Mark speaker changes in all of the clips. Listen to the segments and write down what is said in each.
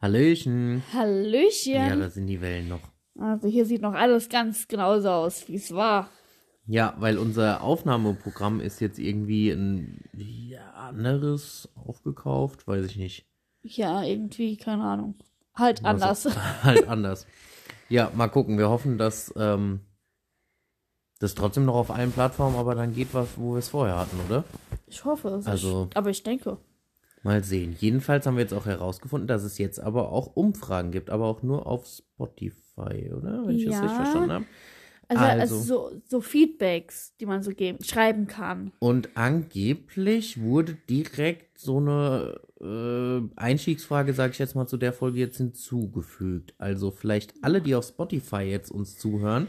Speaker 1: Hallöchen. Ja,
Speaker 2: Hallöchen.
Speaker 1: da sind die Wellen noch.
Speaker 2: Also hier sieht noch alles ganz genauso aus, wie es war.
Speaker 1: Ja, weil unser Aufnahmeprogramm ist jetzt irgendwie ein ja, anderes aufgekauft, weiß ich nicht.
Speaker 2: Ja, irgendwie, keine Ahnung. Halt anders.
Speaker 1: Also, halt anders. Ja, mal gucken. Wir hoffen, dass ähm, das trotzdem noch auf allen Plattformen, aber dann geht was, wo wir es vorher hatten, oder?
Speaker 2: Ich hoffe es.
Speaker 1: Also-
Speaker 2: Ich, aber ich denke.
Speaker 1: Mal sehen. Jedenfalls haben wir jetzt auch herausgefunden, dass es jetzt aber auch Umfragen gibt, aber auch nur auf Spotify, oder? Wenn ich das
Speaker 2: Ja.
Speaker 1: richtig verstanden habe.
Speaker 2: Also,
Speaker 1: Also.
Speaker 2: also. so, so Feedbacks, die man so geben, schreiben kann.
Speaker 1: Und angeblich wurde direkt so eine äh, Einstiegsfrage, sage ich jetzt mal, zu der Folge jetzt hinzugefügt. Also vielleicht alle, die auf Spotify jetzt uns zuhören,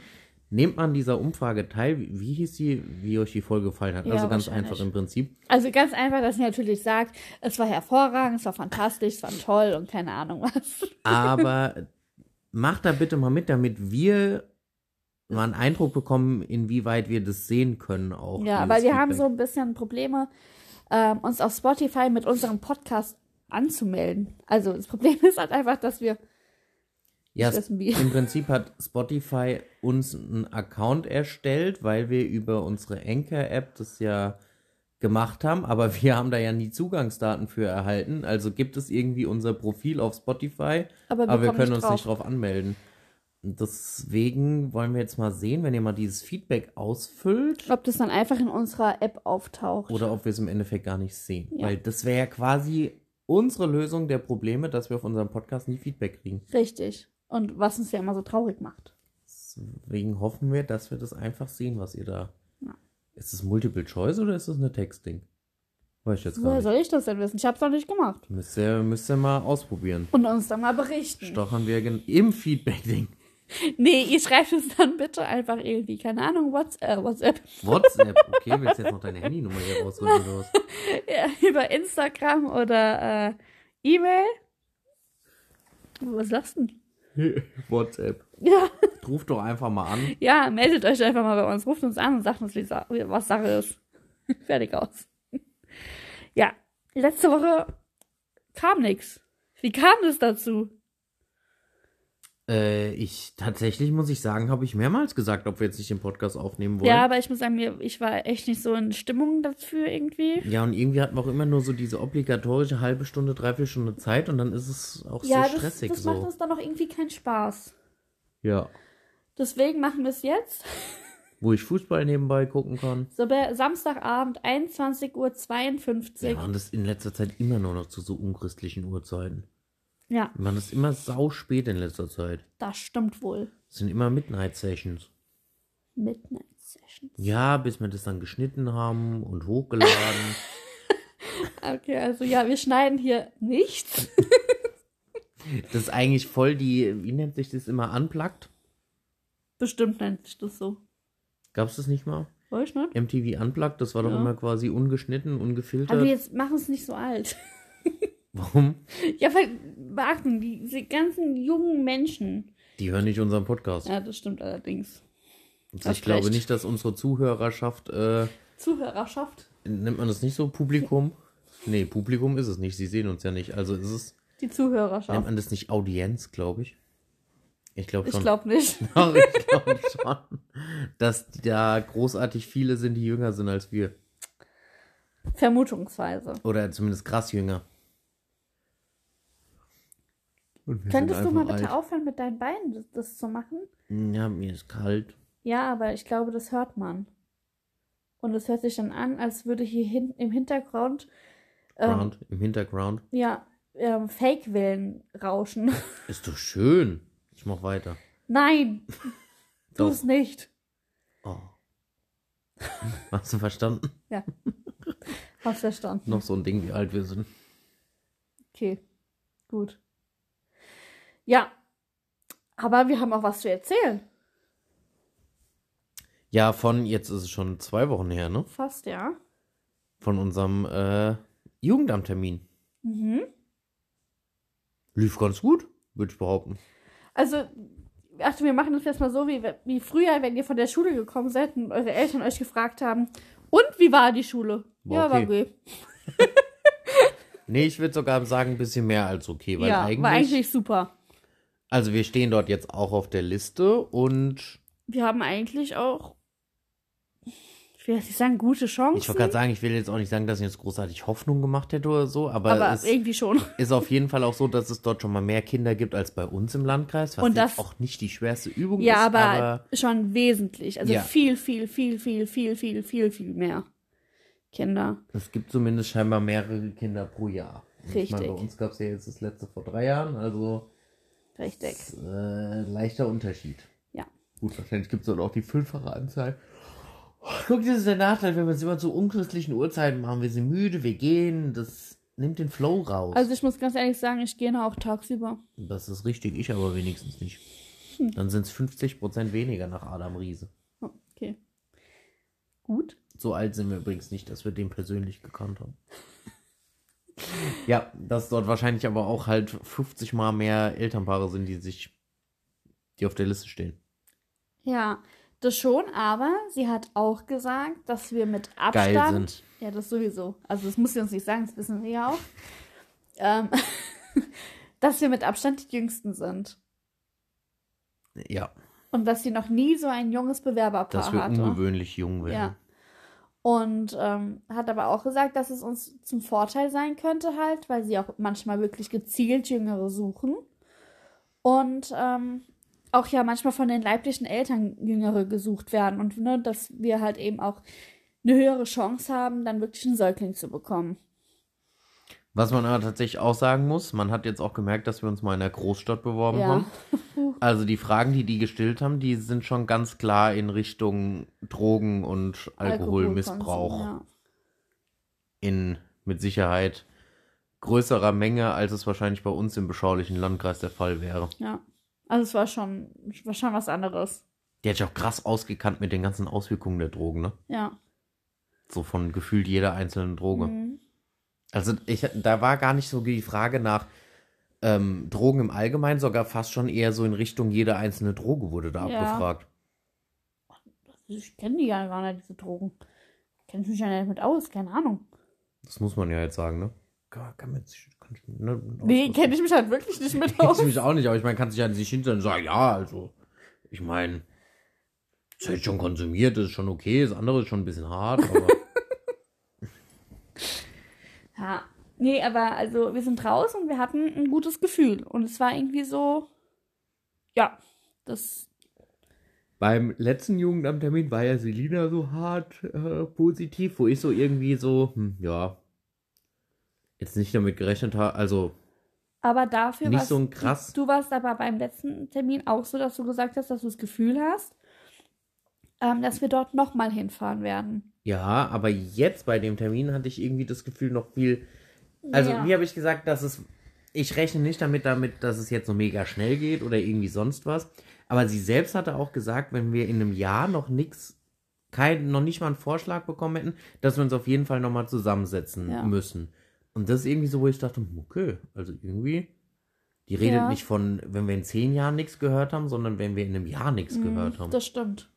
Speaker 1: nehmt an dieser Umfrage teil. Wie- Wie hieß sie, wie euch die Folge gefallen hat?
Speaker 2: Ja,
Speaker 1: also ganz
Speaker 2: wahrscheinlich.
Speaker 1: einfach im Prinzip.
Speaker 2: Also ganz einfach, dass sie natürlich sagt, es war hervorragend, es war fantastisch, es war toll und keine Ahnung was.
Speaker 1: Aber macht da bitte mal mit, damit wir mal einen Eindruck bekommen, inwieweit wir das sehen können auch.
Speaker 2: ja,
Speaker 1: dieses
Speaker 2: weil wir haben
Speaker 1: Feedback.
Speaker 2: so ein bisschen Probleme, ähm, uns auf Spotify mit unserem Podcast anzumelden. Also das Problem ist halt einfach, dass wir
Speaker 1: Ja,
Speaker 2: Nicht
Speaker 1: es-
Speaker 2: wissen wir.
Speaker 1: im Prinzip hat Spotify uns einen Account erstellt, weil wir über unsere Anchor-App das ja gemacht haben, aber wir haben da ja nie Zugangsdaten für erhalten. Also gibt es irgendwie unser Profil auf Spotify,
Speaker 2: Aber wir
Speaker 1: aber wir können
Speaker 2: kommen nicht
Speaker 1: uns
Speaker 2: drauf.
Speaker 1: nicht drauf anmelden. Und Deswegen wollen wir jetzt mal sehen, wenn ihr mal dieses Feedback ausfüllt
Speaker 2: ob das dann einfach in unserer App auftaucht.
Speaker 1: oder ob wir es im Endeffekt gar nicht sehen.
Speaker 2: Ja.
Speaker 1: Weil das wäre ja quasi unsere Lösung der Probleme, dass wir auf unserem Podcast nie Feedback kriegen.
Speaker 2: Richtig. Und was uns ja immer so traurig macht.
Speaker 1: Deswegen hoffen wir, dass wir das einfach sehen, was ihr da.
Speaker 2: Ja.
Speaker 1: Ist es Multiple Choice oder ist es eine Textding? Weiß ich jetzt gar
Speaker 2: Woher
Speaker 1: nicht.
Speaker 2: soll ich das denn wissen? Ich hab's noch nicht gemacht.
Speaker 1: Müsst ihr, müsst ihr mal ausprobieren.
Speaker 2: Und uns dann mal berichten.
Speaker 1: Stochern wir gen- im Feedback-Ding.
Speaker 2: Nee, ihr schreibt uns dann bitte einfach irgendwie, keine Ahnung, WhatsApp, äh, WhatsApp
Speaker 1: WhatsApp, okay, willst du jetzt noch deine Handynummer hier rausrücken oder was?
Speaker 2: ja, über Instagram oder äh, E-Mail. Was lachst du denn?
Speaker 1: WhatsApp.
Speaker 2: Ja,
Speaker 1: Ruf doch einfach mal an.
Speaker 2: ja, meldet euch einfach mal bei uns, ruft uns an und sagt uns, wie Sa wie- was Sache ist. Fertig aus. ja, letzte Woche kam nichts. Wie kam das dazu?
Speaker 1: Äh, ich tatsächlich muss ich sagen, habe ich mehrmals gesagt, ob wir jetzt nicht den Podcast aufnehmen wollen.
Speaker 2: Ja, aber ich muss sagen, mir, ich war echt nicht so in Stimmung dafür irgendwie.
Speaker 1: Ja, und irgendwie hatten wir auch immer nur so diese obligatorische halbe Stunde, dreiviertel Stunde Zeit und dann ist es auch
Speaker 2: ja,
Speaker 1: so
Speaker 2: das,
Speaker 1: stressig
Speaker 2: das
Speaker 1: so.
Speaker 2: macht uns dann auch irgendwie keinen Spaß.
Speaker 1: ja.
Speaker 2: Deswegen machen wir es jetzt.
Speaker 1: Wo ich Fußball nebenbei gucken kann.
Speaker 2: So bei Samstagabend, 21.52 Uhr.
Speaker 1: Wir machen das in letzter Zeit immer nur noch zu so unchristlichen Uhrzeiten.
Speaker 2: ja,
Speaker 1: Wir machen das immer sau spät in letzter Zeit.
Speaker 2: das stimmt wohl.
Speaker 1: Es sind immer Midnight Sessions.
Speaker 2: Midnight Sessions.
Speaker 1: Ja, bis wir das dann geschnitten haben und hochgeladen.
Speaker 2: Okay, also ja, wir schneiden hier nichts.
Speaker 1: das ist eigentlich voll die, wie nennt sich das immer, unplugged?
Speaker 2: Bestimmt nennt sich das so.
Speaker 1: Gab's das nicht mal?
Speaker 2: Weiß nicht.
Speaker 1: MTV Unplugged, das war doch
Speaker 2: Ja.
Speaker 1: immer quasi ungeschnitten, ungefiltert.
Speaker 2: Aber jetzt machen es nicht so alt.
Speaker 1: Warum?
Speaker 2: Ja, weil, beachten, diese ganzen jungen Menschen.
Speaker 1: Die hören nicht unseren Podcast.
Speaker 2: Ja, das stimmt allerdings.
Speaker 1: ich
Speaker 2: hast
Speaker 1: glaube
Speaker 2: recht.
Speaker 1: nicht, dass unsere Zuhörerschaft, äh,
Speaker 2: Zuhörerschaft,
Speaker 1: nennt man das nicht so, Publikum? Nee, Publikum ist es nicht, sie sehen uns ja nicht. Also ist es
Speaker 2: die
Speaker 1: Nennt
Speaker 2: Zuhörerschaft.
Speaker 1: man das nicht Audienz, glaube ich? Ich glaube
Speaker 2: Ich
Speaker 1: schon.
Speaker 2: glaube nicht.
Speaker 1: Doch, ich glaube schon, dass da großartig viele sind, die jünger sind als wir.
Speaker 2: Vermutungsweise.
Speaker 1: Oder zumindest krass jünger. Und wir
Speaker 2: Könntest
Speaker 1: sind
Speaker 2: du mal
Speaker 1: einfach
Speaker 2: bitte
Speaker 1: alt.
Speaker 2: aufhören, mit deinen Beinen das, das zu machen?
Speaker 1: Ja, mir ist kalt.
Speaker 2: Ja, aber ich glaube, das hört man. Und es hört sich dann an, als würde hier hin, im Hintergrund ähm,
Speaker 1: Ground, Im Hintergrund.
Speaker 2: ja, ähm, Fake-Wellen rauschen.
Speaker 1: Ist doch schön. Ich mach weiter.
Speaker 2: Nein, tu
Speaker 1: Doch.
Speaker 2: es nicht.
Speaker 1: Oh. Hast du verstanden?
Speaker 2: Ja. Hab's verstanden.
Speaker 1: Noch so ein Ding, wie alt wir sind.
Speaker 2: Okay, gut. Ja, aber wir haben auch was zu erzählen.
Speaker 1: Ja, von jetzt ist es schon zwei Wochen her, ne?
Speaker 2: Fast, ja.
Speaker 1: Von unserem äh, Jugendamttermin.
Speaker 2: Mhm.
Speaker 1: Lief ganz gut, würde ich behaupten.
Speaker 2: Also, achtung, wir machen das jetzt mal so, wie, wie früher, wenn ihr von der Schule gekommen seid und eure Eltern euch gefragt haben, und wie war die Schule?
Speaker 1: War
Speaker 2: ja, war
Speaker 1: okay.
Speaker 2: okay.
Speaker 1: Nee, ich würde sogar sagen, ein bisschen mehr als okay, weil
Speaker 2: ja,
Speaker 1: eigentlich,
Speaker 2: war eigentlich super.
Speaker 1: Also wir stehen dort jetzt auch auf der Liste und
Speaker 2: Wir haben eigentlich auch, ich will jetzt nicht sagen, gute
Speaker 1: ich
Speaker 2: Chancen,
Speaker 1: wollte gerade sagen, ich will jetzt auch nicht sagen, dass ich jetzt großartig Hoffnung gemacht hätte oder so, aber,
Speaker 2: aber
Speaker 1: es
Speaker 2: irgendwie schon.
Speaker 1: ist auf jeden Fall auch so, dass es dort schon mal mehr Kinder gibt als bei uns im Landkreis, was
Speaker 2: Und das-
Speaker 1: jetzt auch nicht die schwerste Übung
Speaker 2: Ja,
Speaker 1: ist,
Speaker 2: aber,
Speaker 1: aber
Speaker 2: schon wesentlich. Also
Speaker 1: Ja.
Speaker 2: viel, viel, viel, viel, viel, viel, viel, viel mehr Kinder.
Speaker 1: es gibt zumindest scheinbar mehrere Kinder pro Jahr. Und Ich meine, bei
Speaker 2: Richtig.
Speaker 1: uns gab es ja jetzt das letzte vor drei Jahren, also
Speaker 2: Richtig.
Speaker 1: äh, leichter Unterschied.
Speaker 2: Ja.
Speaker 1: Gut, wahrscheinlich gibt es dort auch die fünffache Anzahl. Guck, das ist der Nachteil, wenn wir es immer zu unchristlichen Uhrzeiten machen. Wir sind müde, wir gehen, das nimmt den Flow raus.
Speaker 2: Also ich muss ganz ehrlich sagen, ich gehe auch tagsüber.
Speaker 1: das ist richtig, ich aber wenigstens nicht.
Speaker 2: Hm.
Speaker 1: Dann sind es 50% weniger nach Adam Riese.
Speaker 2: Oh, Okay. Gut.
Speaker 1: So alt sind wir übrigens nicht, dass wir den persönlich gekannt haben. ja, dass dort wahrscheinlich aber auch halt 50 Mal mehr Elternpaare sind, die sich, die auf der Liste stehen.
Speaker 2: Ja, das schon, aber sie hat auch gesagt, dass wir mit Abstand.
Speaker 1: sind.
Speaker 2: Ja, das sowieso. Also, das muss sie uns nicht sagen, das wissen wir ja auch. Ähm, dass wir mit Abstand die Jüngsten sind.
Speaker 1: Ja,
Speaker 2: Und dass sie noch nie so ein junges Bewerberpaar
Speaker 1: dass wir
Speaker 2: hatte.
Speaker 1: ungewöhnlich jung werden.
Speaker 2: Ja. Und ähm, hat aber auch gesagt, dass es uns zum Vorteil sein könnte, halt, weil sie auch manchmal wirklich gezielt Jüngere suchen. Und ähm, auch ja manchmal von den leiblichen Eltern Jüngere gesucht werden. Und ne, dass wir halt eben auch eine höhere Chance haben, dann wirklich einen Säugling zu bekommen.
Speaker 1: Was man aber tatsächlich auch sagen muss, man hat jetzt auch gemerkt, dass wir uns mal in der Großstadt beworben
Speaker 2: Ja.
Speaker 1: haben. Also die Fragen, die die gestillt haben, die sind schon ganz klar in Richtung Drogen und Alkoholmissbrauch
Speaker 2: Alkoholkonsum, ja.
Speaker 1: in mit Sicherheit größerer Menge, als es wahrscheinlich bei uns im beschaulichen Landkreis der Fall wäre.
Speaker 2: ja. Also es war schon, war schon was anderes.
Speaker 1: Die hat sich auch krass ausgekannt mit den ganzen Auswirkungen der Drogen, ne?
Speaker 2: Ja.
Speaker 1: So von gefühlt jeder einzelnen Droge.
Speaker 2: Mhm.
Speaker 1: Also ich, da war gar nicht so die Frage nach ähm, Drogen im Allgemeinen, sogar fast schon eher so in Richtung jede einzelne Droge wurde da
Speaker 2: Ja.
Speaker 1: abgefragt.
Speaker 2: Also Ich kenne die ja gar nicht, diese Drogen. Kenne ich mich ja nicht mit aus, keine Ahnung.
Speaker 1: Das muss man ja jetzt sagen, ne? Kann, kann man sich, kann ich, ne,
Speaker 2: Nee, kenne ich mich halt wirklich nicht mit
Speaker 1: Kenn
Speaker 2: aus.
Speaker 1: ich mich auch nicht, aber ich meine, kann sich ja nicht hinstellen und sagen, ja, also, ich meine, das hätte ich schon konsumiert, das ist schon okay, das andere ist schon ein bisschen hart, aber
Speaker 2: Ja. Nee, aber also wir sind raus und wir hatten ein gutes Gefühl. Und es war irgendwie so, ja, das,
Speaker 1: Beim letzten Jugendamttermin war ja Selina so hart äh, positiv, wo ich so irgendwie so, hm, ja, jetzt nicht damit gerechnet habe. Also,
Speaker 2: aber dafür
Speaker 1: Nicht
Speaker 2: warst
Speaker 1: so ein krass-
Speaker 2: Du, du warst aber beim letzten Termin auch so, dass du gesagt hast, dass du das Gefühl hast, ähm, dass wir dort nochmal hinfahren werden.
Speaker 1: ja, aber jetzt bei dem Termin hatte ich irgendwie das Gefühl noch viel. Also,
Speaker 2: ja.
Speaker 1: wie habe ich gesagt, dass es. Ich rechne nicht damit, damit, dass es jetzt so mega schnell geht oder irgendwie sonst was. Aber sie selbst hatte auch gesagt, wenn wir in einem Jahr noch nichts, kein, noch nicht mal einen Vorschlag bekommen hätten, dass wir uns auf jeden Fall nochmal zusammensetzen
Speaker 2: Ja.
Speaker 1: müssen. Und das ist irgendwie so, wo ich dachte, okay, also irgendwie. Die redet
Speaker 2: Ja.
Speaker 1: nicht von, wenn wir in zehn Jahren nichts gehört haben, sondern wenn wir in einem Jahr nichts gehört haben.
Speaker 2: Mhm. Das stimmt.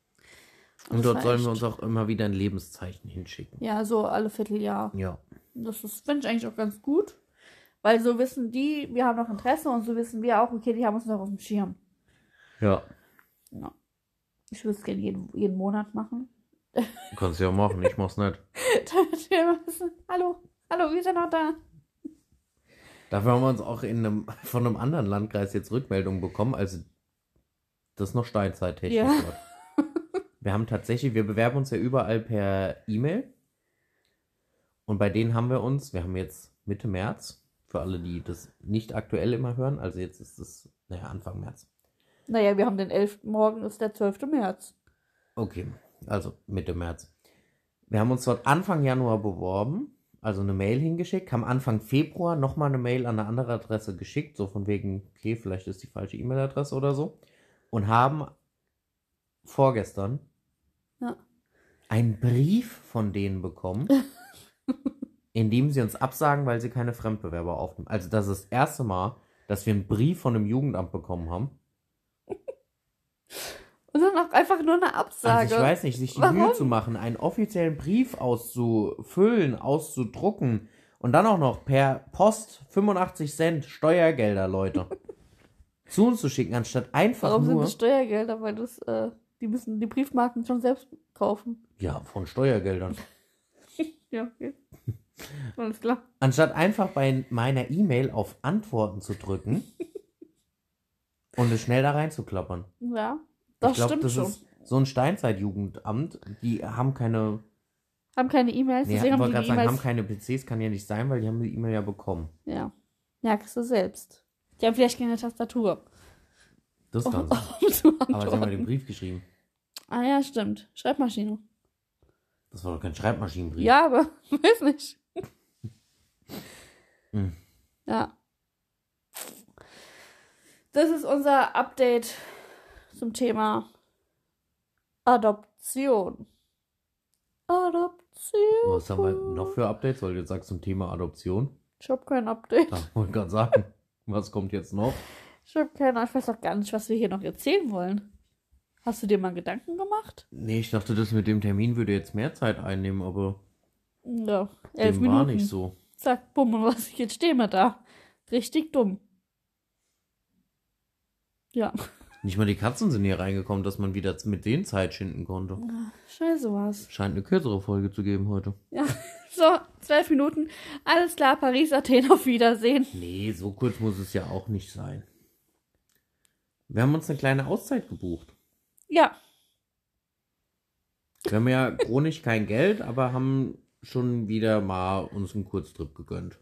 Speaker 1: Und
Speaker 2: das
Speaker 1: dort
Speaker 2: war
Speaker 1: sollen wir uns
Speaker 2: echt-
Speaker 1: auch immer wieder ein Lebenszeichen hinschicken.
Speaker 2: Ja, so alle Vierteljahr.
Speaker 1: Ja.
Speaker 2: Das finde ich eigentlich auch ganz gut. Weil so wissen die, wir haben noch Interesse und so wissen wir auch, okay, die haben uns noch auf dem Schirm.
Speaker 1: Ja.
Speaker 2: Ja. Ich würde es gerne jeden, jeden Monat machen.
Speaker 1: Kannst ja machen, ich mach's nicht.
Speaker 2: Damit wir immer wissen, hallo, hallo, wir sind noch da.
Speaker 1: Dafür haben wir uns auch in einem, von einem anderen Landkreis jetzt Rückmeldungen bekommen. Also, das ist noch Steinzeittechnik.
Speaker 2: Ja.
Speaker 1: dort. Wir haben tatsächlich, wir bewerben uns ja überall per E-Mail. Und bei denen haben wir uns, wir haben jetzt Mitte März, für alle, die das nicht aktuell immer hören, also jetzt ist es, naja, Anfang März.
Speaker 2: Naja, wir haben den 11. Morgen ist der 12. März.
Speaker 1: Okay, also Mitte März. Wir haben uns dort Anfang Januar beworben, also eine Mail hingeschickt, haben Anfang Februar nochmal eine Mail an eine andere Adresse geschickt, so von wegen, okay, vielleicht ist die falsche E-Mail-Adresse oder so, und haben vorgestern
Speaker 2: Ja.
Speaker 1: einen Brief von denen bekommen, in dem sie uns absagen, weil sie keine Fremdbewerber aufnehmen. Also das ist das erste Mal, dass wir einen Brief von einem Jugendamt bekommen haben.
Speaker 2: Und dann auch einfach nur eine Absage.
Speaker 1: Also ich weiß nicht, sich die
Speaker 2: Warum?
Speaker 1: Mühe zu machen, einen offiziellen Brief auszufüllen, auszudrucken Und dann auch noch per Post 85 Cent Steuergelder, Leute. zu uns zu schicken, anstatt einfach
Speaker 2: Warum sind
Speaker 1: nur.
Speaker 2: das Steuergelder? Weil das, äh, die müssen die Briefmarken schon selbst kaufen.
Speaker 1: Ja, von Steuergeldern.
Speaker 2: Ja, okay. Alles klar.
Speaker 1: Anstatt einfach bei meiner E-Mail auf Antworten zu drücken und es schnell da reinzuklappern.
Speaker 2: Ja, das
Speaker 1: ich glaube,
Speaker 2: stimmt
Speaker 1: das
Speaker 2: schon.
Speaker 1: ist so ein Steinzeitjugendamt. Die haben keine.
Speaker 2: Haben keine E-Mails,
Speaker 1: Nee, ich
Speaker 2: deswegen Also
Speaker 1: wollte
Speaker 2: haben die
Speaker 1: gerade
Speaker 2: die
Speaker 1: sagen,
Speaker 2: E-Mails.
Speaker 1: haben keine PCs, kann ja nicht sein, weil die haben die E-Mail ja bekommen.
Speaker 2: ja, merkst du selbst. Die haben vielleicht keine Tastatur.
Speaker 1: Das kann sein.
Speaker 2: um zu
Speaker 1: Aber sie haben ja den
Speaker 2: antworten.
Speaker 1: Brief geschrieben.
Speaker 2: Ah ja, stimmt. Schreibmaschine.
Speaker 1: Das war doch kein Schreibmaschinenbrief.
Speaker 2: Ja, aber weiß nicht.
Speaker 1: Hm.
Speaker 2: Ja. Das ist unser Update zum Thema Adoption. Adoption.
Speaker 1: Was haben wir noch für Updates? Weil du jetzt sagst zum Thema Adoption.
Speaker 2: Ich hab kein Update.
Speaker 1: Da wollte ich gerade sagen. Was kommt jetzt noch?
Speaker 2: Ich hab keine Ahnung. Ich weiß auch gar nicht, was wir hier noch erzählen wollen. Hast du dir mal Gedanken gemacht?
Speaker 1: Nee, ich dachte, das mit dem Termin würde jetzt mehr Zeit einnehmen, aber
Speaker 2: Ja, elf
Speaker 1: dem
Speaker 2: Minuten.
Speaker 1: war nicht so.
Speaker 2: Zack, bumm, und was ich jetzt stehe mir da. Richtig dumm. Ja,
Speaker 1: Nicht mal die Katzen sind hier reingekommen, dass man wieder mit denen Zeit schinden konnte.
Speaker 2: scheiße war's.
Speaker 1: Scheint eine kürzere Folge zu geben heute.
Speaker 2: Ja, so, zwölf Minuten. Alles klar, Paris, Athen, auf Wiedersehen.
Speaker 1: Nee, so kurz muss es ja auch nicht sein. Wir haben uns eine kleine Auszeit gebucht.
Speaker 2: Ja,
Speaker 1: Wir haben ja chronisch kein Geld, aber haben schon wieder mal uns einen Kurztrip gegönnt.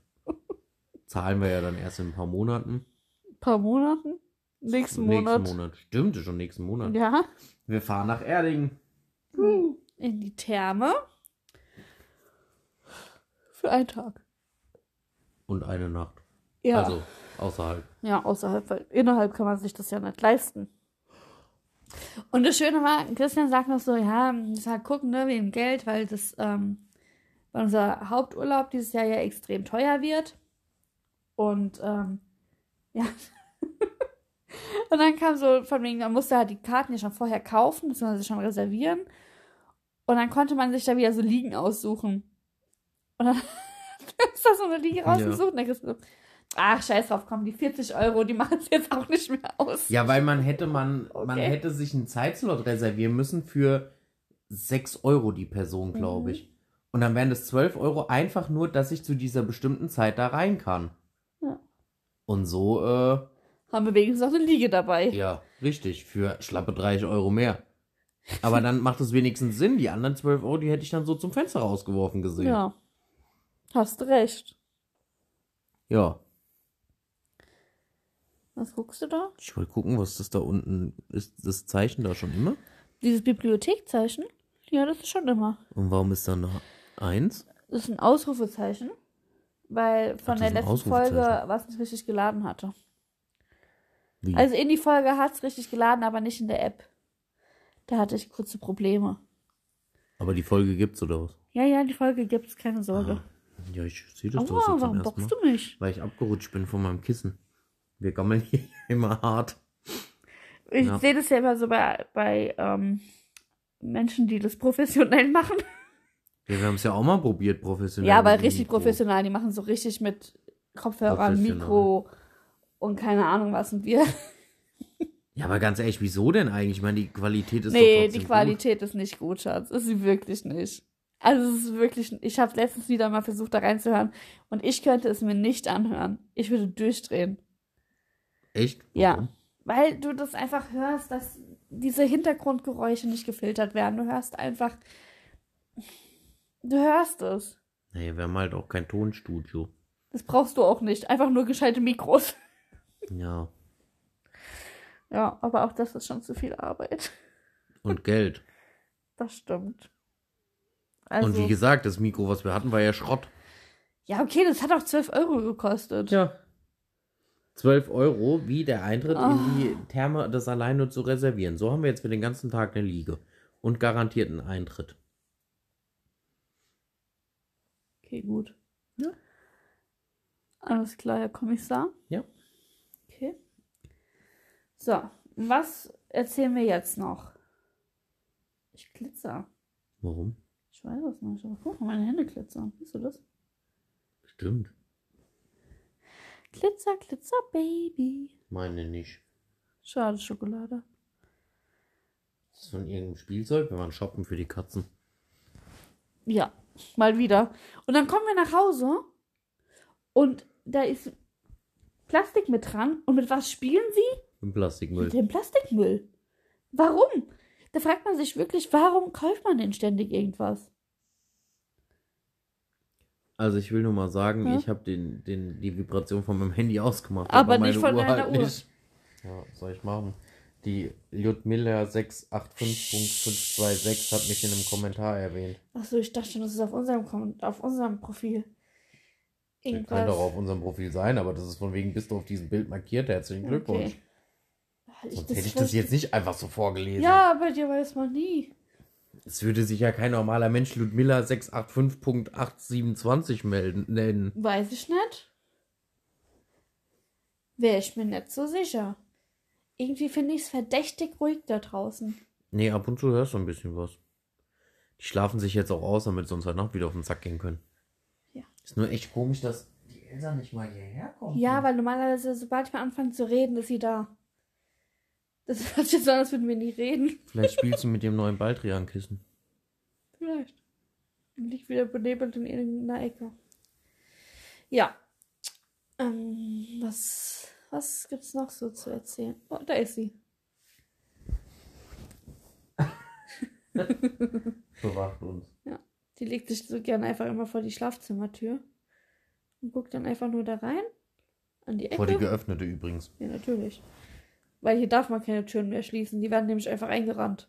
Speaker 1: Zahlen wir ja dann erst in ein paar Monaten.
Speaker 2: ein paar Monaten. Nächsten Monat.
Speaker 1: Nächsten Monat. Stimmt, ist schon nächsten Monat.
Speaker 2: Ja.
Speaker 1: Wir fahren nach Erding.
Speaker 2: In die Therme. Für einen Tag.
Speaker 1: Und eine Nacht.
Speaker 2: Ja.
Speaker 1: Also, außerhalb.
Speaker 2: Ja, außerhalb, weil innerhalb kann man sich das ja nicht leisten. Und das Schöne war, Christian sagt noch so, ja, muss halt gucken, ne, wegen Geld, weil das, ähm, weil unser Haupturlaub dieses Jahr ja extrem teuer wird. Und, ähm, ja. Und dann kam so von wegen, man musste halt die Karten ja schon vorher kaufen, beziehungsweise schon reservieren. Und dann konnte man sich da wieder so Liegen aussuchen. Und dann ist da so eine Liege rausgesucht und dann Christian so, Ach, scheiß drauf, komm, die 40 Euro, die machen es jetzt auch nicht mehr aus.
Speaker 1: Ja, weil man hätte man, man
Speaker 2: Okay.
Speaker 1: hätte sich einen Zeitslot reservieren müssen für 6 Euro die Person, glaube
Speaker 2: Mhm.
Speaker 1: ich. Und dann wären das 12 Euro einfach nur, dass ich zu dieser bestimmten Zeit da rein kann.
Speaker 2: Ja.
Speaker 1: Und so, äh,
Speaker 2: Haben wir wenigstens auch eine Liege dabei.
Speaker 1: ja, richtig, für schlappe 30 Euro mehr. Aber dann macht es wenigstens Sinn. Die anderen 12 Euro, die hätte ich dann so zum Fenster rausgeworfen gesehen.
Speaker 2: Ja. Hast recht.
Speaker 1: ja.
Speaker 2: Was guckst du da?
Speaker 1: Ich wollte gucken, was das da unten ist. Das Zeichen da schon immer?
Speaker 2: Dieses Bibliothekzeichen? Ja, das ist schon immer.
Speaker 1: Und warum ist da eine 1?
Speaker 2: Das ist ein Ausrufezeichen, weil von
Speaker 1: Ach, das
Speaker 2: der
Speaker 1: ist ein
Speaker 2: letzten Folge
Speaker 1: Ausrufezeichen.
Speaker 2: was nicht richtig geladen hatte.
Speaker 1: Wie?
Speaker 2: Also in die Folge hat es richtig geladen, aber nicht in der App. Da hatte ich kurze Probleme.
Speaker 1: Aber die Folge gibt's oder was? Ah.
Speaker 2: Ja, ja, die Folge gibt's, keine Sorge.
Speaker 1: Ja, ich sehe das doch
Speaker 2: Aua,
Speaker 1: jetzt zum ersten
Speaker 2: warum
Speaker 1: Mal.
Speaker 2: bockst du mich?
Speaker 1: Weil ich abgerutscht bin von meinem Kissen. Wir gammeln hier immer hart.
Speaker 2: Ich
Speaker 1: Ja.
Speaker 2: sehe das ja immer so bei, bei ähm, Menschen, die das professionell machen.
Speaker 1: Ja, wir haben es ja auch mal probiert, professionell.
Speaker 2: Ja, aber
Speaker 1: mit dem
Speaker 2: richtig
Speaker 1: Mikro.
Speaker 2: professional. Die machen so richtig mit Kopfhörern,
Speaker 1: Professional.
Speaker 2: Mikro und keine Ahnung was. Und wir.
Speaker 1: Ja, aber ganz ehrlich, wieso denn eigentlich? Ich meine, die Qualität ist
Speaker 2: nee,
Speaker 1: doch trotzdem
Speaker 2: die Qualität ist nicht gut, Schatz. Ist sie wirklich nicht. Also es ist wirklich. Ich habe letztens wieder mal versucht, da reinzuhören. Und ich könnte es mir nicht anhören. Ich würde durchdrehen.
Speaker 1: Gut. Echt?
Speaker 2: Ja.
Speaker 1: Warum?
Speaker 2: Weil du das einfach hörst, dass diese Hintergrundgeräusche nicht gefiltert werden. Du hörst einfach. Du hörst es.
Speaker 1: Nee, wir haben halt auch kein Tonstudio.
Speaker 2: Das brauchst du auch nicht. Einfach nur gescheite Mikros.
Speaker 1: Ja.
Speaker 2: Ja, aber auch das ist schon zu viel Arbeit.
Speaker 1: Und Geld.
Speaker 2: Das stimmt. Also,
Speaker 1: Und wie gesagt, das Mikro, was wir hatten, war ja Schrott.
Speaker 2: ja, okay, das hat auch 12 Euro gekostet.
Speaker 1: Ja. 12 Euro, wie der Eintritt in
Speaker 2: Ah.
Speaker 1: die Therme, das allein nur zu reservieren. So haben wir jetzt für den ganzen Tag eine Liege. Und garantierten Eintritt.
Speaker 2: Okay, gut.
Speaker 1: Ja.
Speaker 2: Alles klar, Herr Kommissar.
Speaker 1: Ja.
Speaker 2: Okay. So, was erzählen wir jetzt noch? Ich glitzer.
Speaker 1: Warum?
Speaker 2: Ich weiß es nicht, aber guck mal, meine Hände glitzern. Siehst du das?
Speaker 1: Stimmt.
Speaker 2: Glitzer, Glitzer, Baby.
Speaker 1: Meine nicht.
Speaker 2: Schade, Schokolade.
Speaker 1: Das ist von irgendeinem Spielzeug. Wir waren shoppen für die Katzen.
Speaker 2: Ja, mal wieder. Und dann kommen wir nach Hause und da ist Plastik mit dran. Und mit was spielen sie?
Speaker 1: Im
Speaker 2: Mit
Speaker 1: Plastikmüll.
Speaker 2: dem Plastikmüll. Warum? Da fragt man sich wirklich, warum kauft man denn ständig irgendwas?
Speaker 1: Also ich will nur mal sagen,
Speaker 2: Ja.
Speaker 1: ich habe den, den, die Vibration von meinem Handy ausgemacht.
Speaker 2: Hm? Aber nicht von deiner Uhr.
Speaker 1: halt Ja, was soll ich machen? Die Ludmilla 685.526 hat mich in einem Kommentar erwähnt.
Speaker 2: Achso, ich dachte schon, das ist auf unserem, Kon- auf unserem Profil.
Speaker 1: Das
Speaker 2: Irgendwas.
Speaker 1: kann doch auf unserem Profil sein, aber das ist von wegen, bist du auf diesem Bild markiert. Herzlichen Glückwunsch.
Speaker 2: Okay. Weil
Speaker 1: Sonst hätte ich das jetzt nicht einfach so vorgelesen.
Speaker 2: Ja, bei dir weiß man nie.
Speaker 1: Es würde sich ja kein normaler Mensch Ludmilla 685.827 melden, nennen.
Speaker 2: Weiß ich nicht. Wäre ich mir nicht so sicher. Irgendwie finde ich es verdächtig ruhig da draußen.
Speaker 1: Nee, ab und zu hörst du ein bisschen was. Die schlafen sich jetzt auch aus, damit sie uns heute Nacht wieder auf den Zack gehen können.
Speaker 2: Ja.
Speaker 1: Ist nur echt komisch, dass die Elsa nicht mal hierher kommt.
Speaker 2: Ja, weil normalerweise, sobald wir anfangen zu reden, ist sie da. Das hört sich so an, als würden wir nie reden.
Speaker 1: Vielleicht spielt sie mit dem neuen Baldrian-Kissen.
Speaker 2: Vielleicht. Und liegt wieder benebelt in irgendeiner Ecke. Ja. Ähm, was, was gibt's noch so zu erzählen? Oh, da ist sie.
Speaker 1: Bewacht uns.
Speaker 2: Die legt sich so gern einfach immer vor die Schlafzimmertür und guckt dann einfach nur da rein. An die
Speaker 1: Vor die
Speaker 2: Ecke.
Speaker 1: geöffnete übrigens.
Speaker 2: Ja, natürlich. Weil hier darf man keine Türen mehr schließen. Die werden nämlich einfach eingerannt.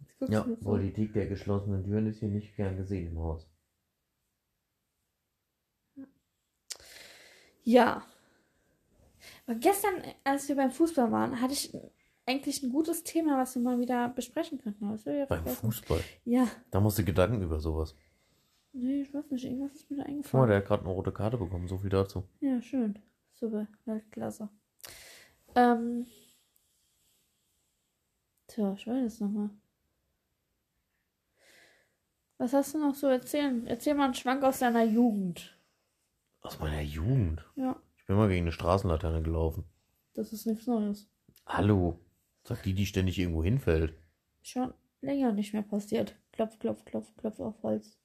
Speaker 2: Jetzt guckst
Speaker 1: Ja,
Speaker 2: du mir so.
Speaker 1: Politik der geschlossenen Türen ist hier nicht gern gesehen im Haus.
Speaker 2: Ja. Aber gestern, als wir beim Fußball waren, hatte ich eigentlich ein gutes Thema, was wir mal wieder besprechen könnten. Aber das hab ich ja
Speaker 1: Beim
Speaker 2: vergessen.
Speaker 1: Fußball.
Speaker 2: Ja.
Speaker 1: Da musst du Gedanken über sowas.
Speaker 2: Nee, ich weiß nicht. Irgendwas ist mir da
Speaker 1: Guck mal,
Speaker 2: eingefallen.
Speaker 1: der hat gerade eine rote Karte bekommen, so viel dazu.
Speaker 2: Ja, schön. Super. Weltklasse. Ähm. Tja, ich weiß es nochmal. Was hast du noch so erzählen? Erzähl mal einen Schwank aus deiner Jugend.
Speaker 1: Aus meiner Jugend.
Speaker 2: Ja,
Speaker 1: Ich bin mal gegen eine Straßenlaterne gelaufen.
Speaker 2: das ist nichts Neues.
Speaker 1: Hallo. Sagt die, die ständig irgendwo hinfällt.
Speaker 2: Schon länger nicht mehr passiert. Klopf, klopf, klopf, klopf auf Holz.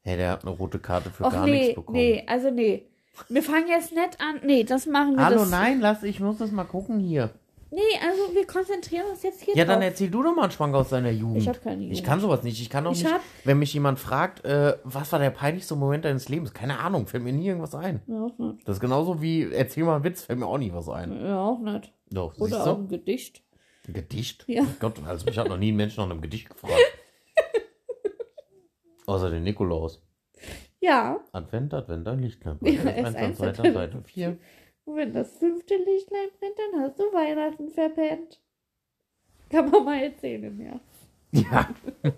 Speaker 1: Hey, der hat eine rote Karte für
Speaker 2: Och
Speaker 1: gar
Speaker 2: nee,
Speaker 1: nichts bekommen.
Speaker 2: nee, also nee. Wir fangen jetzt nicht an. Nee, das machen wir.
Speaker 1: Hallo,
Speaker 2: das.
Speaker 1: nein, lass, ich muss das mal gucken hier.
Speaker 2: Nee, also wir konzentrieren uns jetzt hier
Speaker 1: Ja,
Speaker 2: drauf.
Speaker 1: dann erzähl du doch mal einen Schwank aus deiner Jugend.
Speaker 2: Ich hab keine Jugend.
Speaker 1: Ich kann sowas nicht. Ich kann auch
Speaker 2: Ich
Speaker 1: nicht,
Speaker 2: hab-
Speaker 1: wenn mich jemand fragt, äh, was war der peinlichste Moment deines Lebens? Keine Ahnung, fällt mir nie irgendwas ein.
Speaker 2: ja, auch nicht.
Speaker 1: Das ist genauso wie, erzähl mal einen Witz, fällt mir auch nie was ein.
Speaker 2: Ja, auch nicht.
Speaker 1: Doch, siehst
Speaker 2: Oder auch
Speaker 1: du?
Speaker 2: ein Gedicht.
Speaker 1: Ein Gedicht?
Speaker 2: Ja.
Speaker 1: Gott, also mich hat noch nie ein Mensch nach einem Gedicht gefragt. Außer den Nikolaus.
Speaker 2: Ja,
Speaker 1: Advent, Advent, ein Lichtlein.
Speaker 2: Ja, erst
Speaker 1: Eins, dann
Speaker 2: eins,
Speaker 1: zwei, dann
Speaker 2: dann
Speaker 1: drei, dann vier.
Speaker 2: und wenn das fünfte Lichtlein brennt, dann hast du Weihnachten verpennt. Kann man mal erzählen, ja.
Speaker 1: Ja.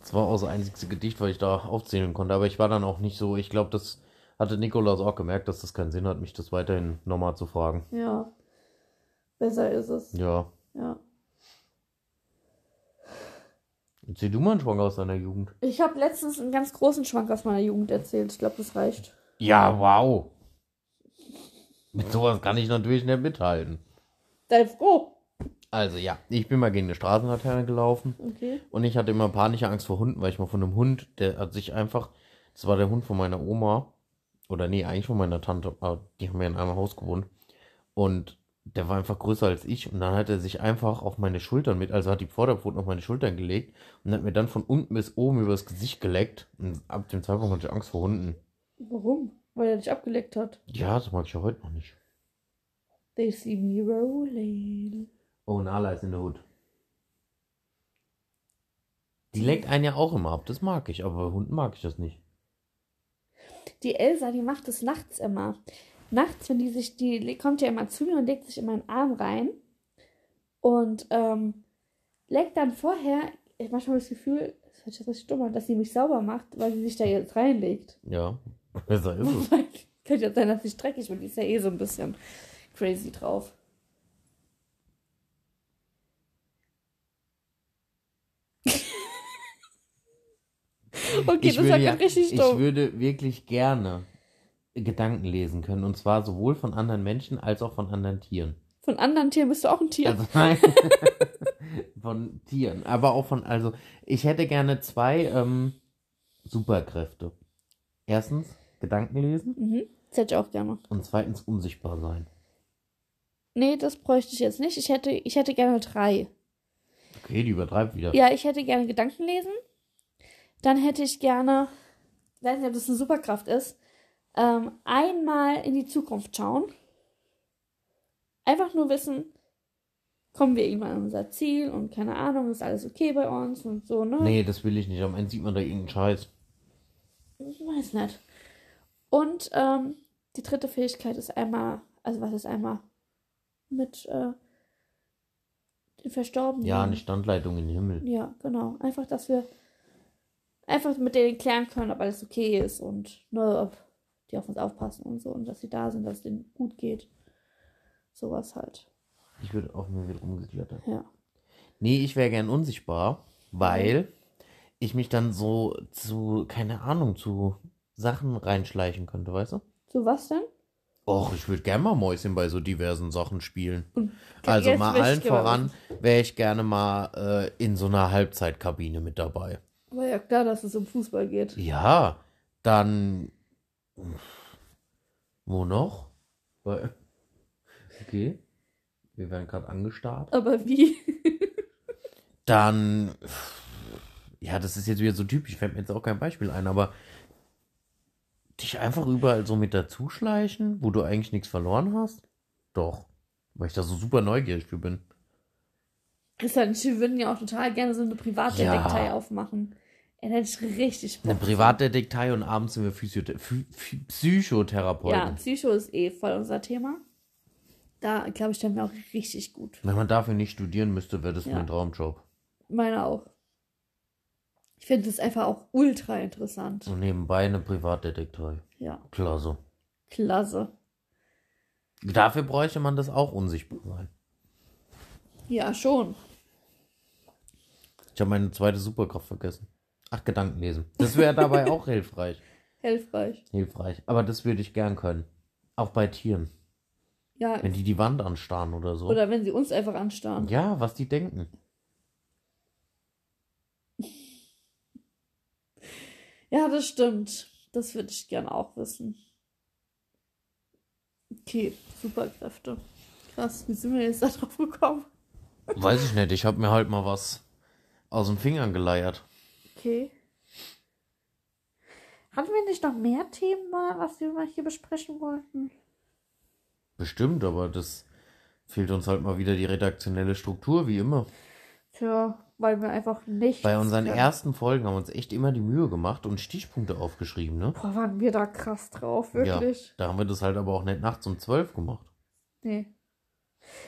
Speaker 1: Das war auch das einzige Gedicht, weil ich da aufzählen konnte. Aber ich war dann auch nicht so. Ich glaube, das hatte Nikolaus auch gemerkt, dass das keinen Sinn hat, mich das weiterhin nochmal zu fragen.
Speaker 2: Ja. Besser ist es. Ja.
Speaker 1: Ja. Erzähl du mal einen Schwank aus deiner Jugend.
Speaker 2: Ich habe letztens einen ganz großen Schwank aus meiner Jugend erzählt. Ich glaube, das reicht.
Speaker 1: Ja, wow. Mit sowas kann ich natürlich nicht mithalten.
Speaker 2: Sei froh.
Speaker 1: Also ja, ich bin mal gegen eine Straßenlaterne gelaufen.
Speaker 2: Okay.
Speaker 1: Und ich hatte immer panische Angst vor Hunden, weil ich mal von einem Hund, der hat sich einfach, das war der Hund von meiner Oma, oder nee, eigentlich von meiner Tante, aber die haben ja in einem Haus gewohnt. Und der war einfach größer als ich und dann hat er sich einfach auf meine Schultern mit, also hat die Vorderpfoten auf meine Schultern gelegt und hat mir dann von unten bis oben übers Gesicht geleckt. Und ab dem Zeitpunkt hatte ich Angst vor Hunden.
Speaker 2: Warum? Weil er dich abgeleckt hat.
Speaker 1: Ja, das mag ich ja heute noch nicht.
Speaker 2: They see me rolling.
Speaker 1: Oh, Nala ist in der Hut. Die leckt einen ja auch immer ab, das mag ich, aber bei Hunden mag ich das nicht.
Speaker 2: Die Elsa, die macht das nachts immer. Nachts, wenn die sich, die le- kommt ja immer zu mir und legt sich in meinen Arm rein. Und ähm, leckt dann vorher, ich hab manchmal das Gefühl, das hört sich richtig dumm an, dass sie mich sauber macht, weil sie sich da jetzt reinlegt.
Speaker 1: Ja, besser ist es.
Speaker 2: Wobei, Könnte ja sein, dass ich dreckig bin. Die ist ja eh so ein bisschen crazy drauf. Okay,
Speaker 1: ich
Speaker 2: das war
Speaker 1: würde ja,
Speaker 2: gerade richtig
Speaker 1: ich
Speaker 2: dumm.
Speaker 1: würde wirklich gerne Gedanken lesen können. Und zwar sowohl von anderen Menschen als auch von anderen Tieren.
Speaker 2: Von anderen Tieren bist du auch ein Tier.
Speaker 1: Also nein. von Tieren. Aber auch von, also, ich hätte gerne zwei ähm, Superkräfte. Erstens, Gedanken lesen
Speaker 2: mhm. Das hätte ich auch gerne.
Speaker 1: und zweitens unsichtbar sein.
Speaker 2: Nee, das bräuchte ich jetzt nicht. Ich hätte, ich hätte gerne drei.
Speaker 1: Okay, die übertreibt wieder.
Speaker 2: Ja, ich hätte gerne Gedanken lesen. Dann hätte ich gerne, ich weiß nicht, ob das eine Superkraft ist, ähm, einmal in die Zukunft schauen. Einfach nur wissen, kommen wir irgendwann an unser Ziel und keine Ahnung, ist alles okay bei uns und so, ne?
Speaker 1: Nee, das will ich nicht. Am Ende sieht man da irgendeinen Scheiß.
Speaker 2: Ich weiß nicht. Und ähm, die dritte Fähigkeit ist einmal, also was ist einmal? Mit äh, den Verstorbenen.
Speaker 1: Ja, eine Standleitung in den Himmel.
Speaker 2: Ja, genau. Einfach, dass wir einfach mit denen klären können, ob alles okay ist und ne, ob die auf uns aufpassen und so und dass sie da sind, dass es denen gut geht. Sowas halt.
Speaker 1: Ich würde auch mir wieder umgeklettert.
Speaker 2: Ja.
Speaker 1: Nee, ich wäre gern unsichtbar, weil ich mich dann so zu, keine Ahnung, zu Sachen reinschleichen könnte, weißt du?
Speaker 2: So was denn?
Speaker 1: Och, ich würde gerne mal Mäuschen bei so diversen Sachen spielen.
Speaker 2: Und
Speaker 1: Also
Speaker 2: jetzt
Speaker 1: mal
Speaker 2: wär ich genau
Speaker 1: allen
Speaker 2: gerne-
Speaker 1: voran wäre ich gerne mal äh, in so einer Halbzeitkabine mit dabei.
Speaker 2: War ja klar, dass es um Fußball geht.
Speaker 1: Ja, dann. Wo noch? Bei- Okay. Wir werden gerade angestarrt.
Speaker 2: Aber wie?
Speaker 1: Dann. Ja, das ist jetzt wieder so typisch. Fällt mir jetzt auch kein Beispiel ein, aber. Dich einfach überall so mit dazu schleichen, wo du eigentlich nichts verloren hast? Doch. Weil ich da so super neugierig für bin.
Speaker 2: Christian, halt wir würden ja auch total gerne so eine Privatdetektei
Speaker 1: Ja.
Speaker 2: aufmachen. Er hätte ich richtig
Speaker 1: Eine
Speaker 2: Bock.
Speaker 1: Privatdetektei und abends sind wir Physio- Phy- Phy- Psychotherapeuten.
Speaker 2: Ja, Psycho ist eh voll unser Thema. Da, glaube ich, stellen wir auch richtig gut.
Speaker 1: Wenn man dafür nicht studieren müsste, wäre das
Speaker 2: Ja.
Speaker 1: mein Traumjob.
Speaker 2: Meine auch. Ich finde das einfach auch ultra interessant.
Speaker 1: Und nebenbei eine Privatdetektei.
Speaker 2: Ja,
Speaker 1: Klasse.
Speaker 2: klasse.
Speaker 1: Dafür bräuchte man das auch unsichtbar sein.
Speaker 2: Ja, schon.
Speaker 1: Ich habe meine zweite Superkraft vergessen. Ach, Gedanken lesen. Das wäre dabei auch hilfreich.
Speaker 2: Hilfreich.
Speaker 1: Hilfreich. Aber das würde ich gern können. Auch bei Tieren.
Speaker 2: Ja,
Speaker 1: Wenn die die Wand anstarren oder so.
Speaker 2: oder wenn sie uns einfach anstarren.
Speaker 1: ja, was die denken.
Speaker 2: Ja, das stimmt. Das würde ich gerne auch wissen. Okay, Superkräfte. Krass, wie sind wir jetzt da drauf gekommen?
Speaker 1: Weiß ich nicht. Ich habe mir halt mal was aus den Fingern geleiert.
Speaker 2: Okay. Hatten wir nicht noch mehr Themen, mal, was wir mal hier besprechen wollten?
Speaker 1: Bestimmt, aber das fehlt uns halt mal wieder die redaktionelle Struktur, wie immer.
Speaker 2: Tja, weil wir einfach nicht.
Speaker 1: Bei unseren ersten Folgen haben wir uns echt immer die Mühe gemacht und Stichpunkte aufgeschrieben, ne?
Speaker 2: Boah, waren wir da krass drauf, wirklich.
Speaker 1: Ja, da haben wir das halt aber auch nicht nachts um zwölf gemacht.
Speaker 2: Nee.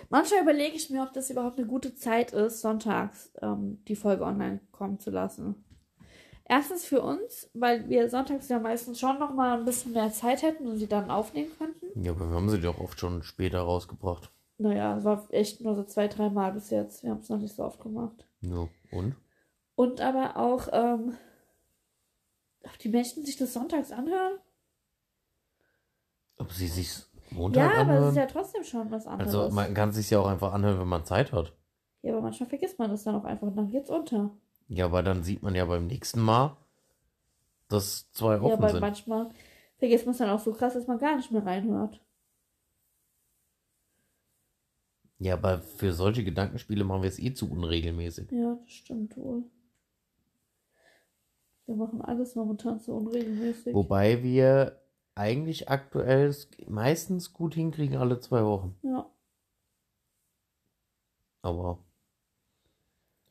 Speaker 2: Manchmal überlege ich mir, ob das überhaupt eine gute Zeit ist, sonntags ähm, die Folge online kommen zu lassen. Erstens für uns, weil wir sonntags ja meistens schon nochmal ein bisschen mehr Zeit hätten und sie dann aufnehmen könnten.
Speaker 1: Ja, aber wir haben sie doch oft schon später rausgebracht.
Speaker 2: Naja, es war echt nur so zwei, drei Mal bis jetzt. Wir haben es noch nicht so oft gemacht.
Speaker 1: Ja, und?
Speaker 2: Und aber auch, ähm, ob die Menschen sich das sonntags anhören?
Speaker 1: Ob sie sich's Montag
Speaker 2: ja, aber es
Speaker 1: anhören?
Speaker 2: ist ja trotzdem schon was anderes.
Speaker 1: also, man kann sich's ja auch einfach anhören, wenn man Zeit hat.
Speaker 2: ja, aber manchmal vergisst man das dann auch einfach und dann geht's unter.
Speaker 1: Ja, aber dann sieht man ja beim nächsten Mal, dass zwei
Speaker 2: Ja,
Speaker 1: offen
Speaker 2: aber
Speaker 1: sind.
Speaker 2: manchmal vergisst man es dann auch so krass, dass man gar nicht mehr reinhört.
Speaker 1: Ja, aber für solche Gedankenspiele machen wir es eh zu unregelmäßig.
Speaker 2: Ja, das stimmt wohl. Wir machen alles momentan so unregelmäßig.
Speaker 1: Wobei wir eigentlich aktuell es meistens gut hinkriegen, alle zwei Wochen.
Speaker 2: Ja,
Speaker 1: Aber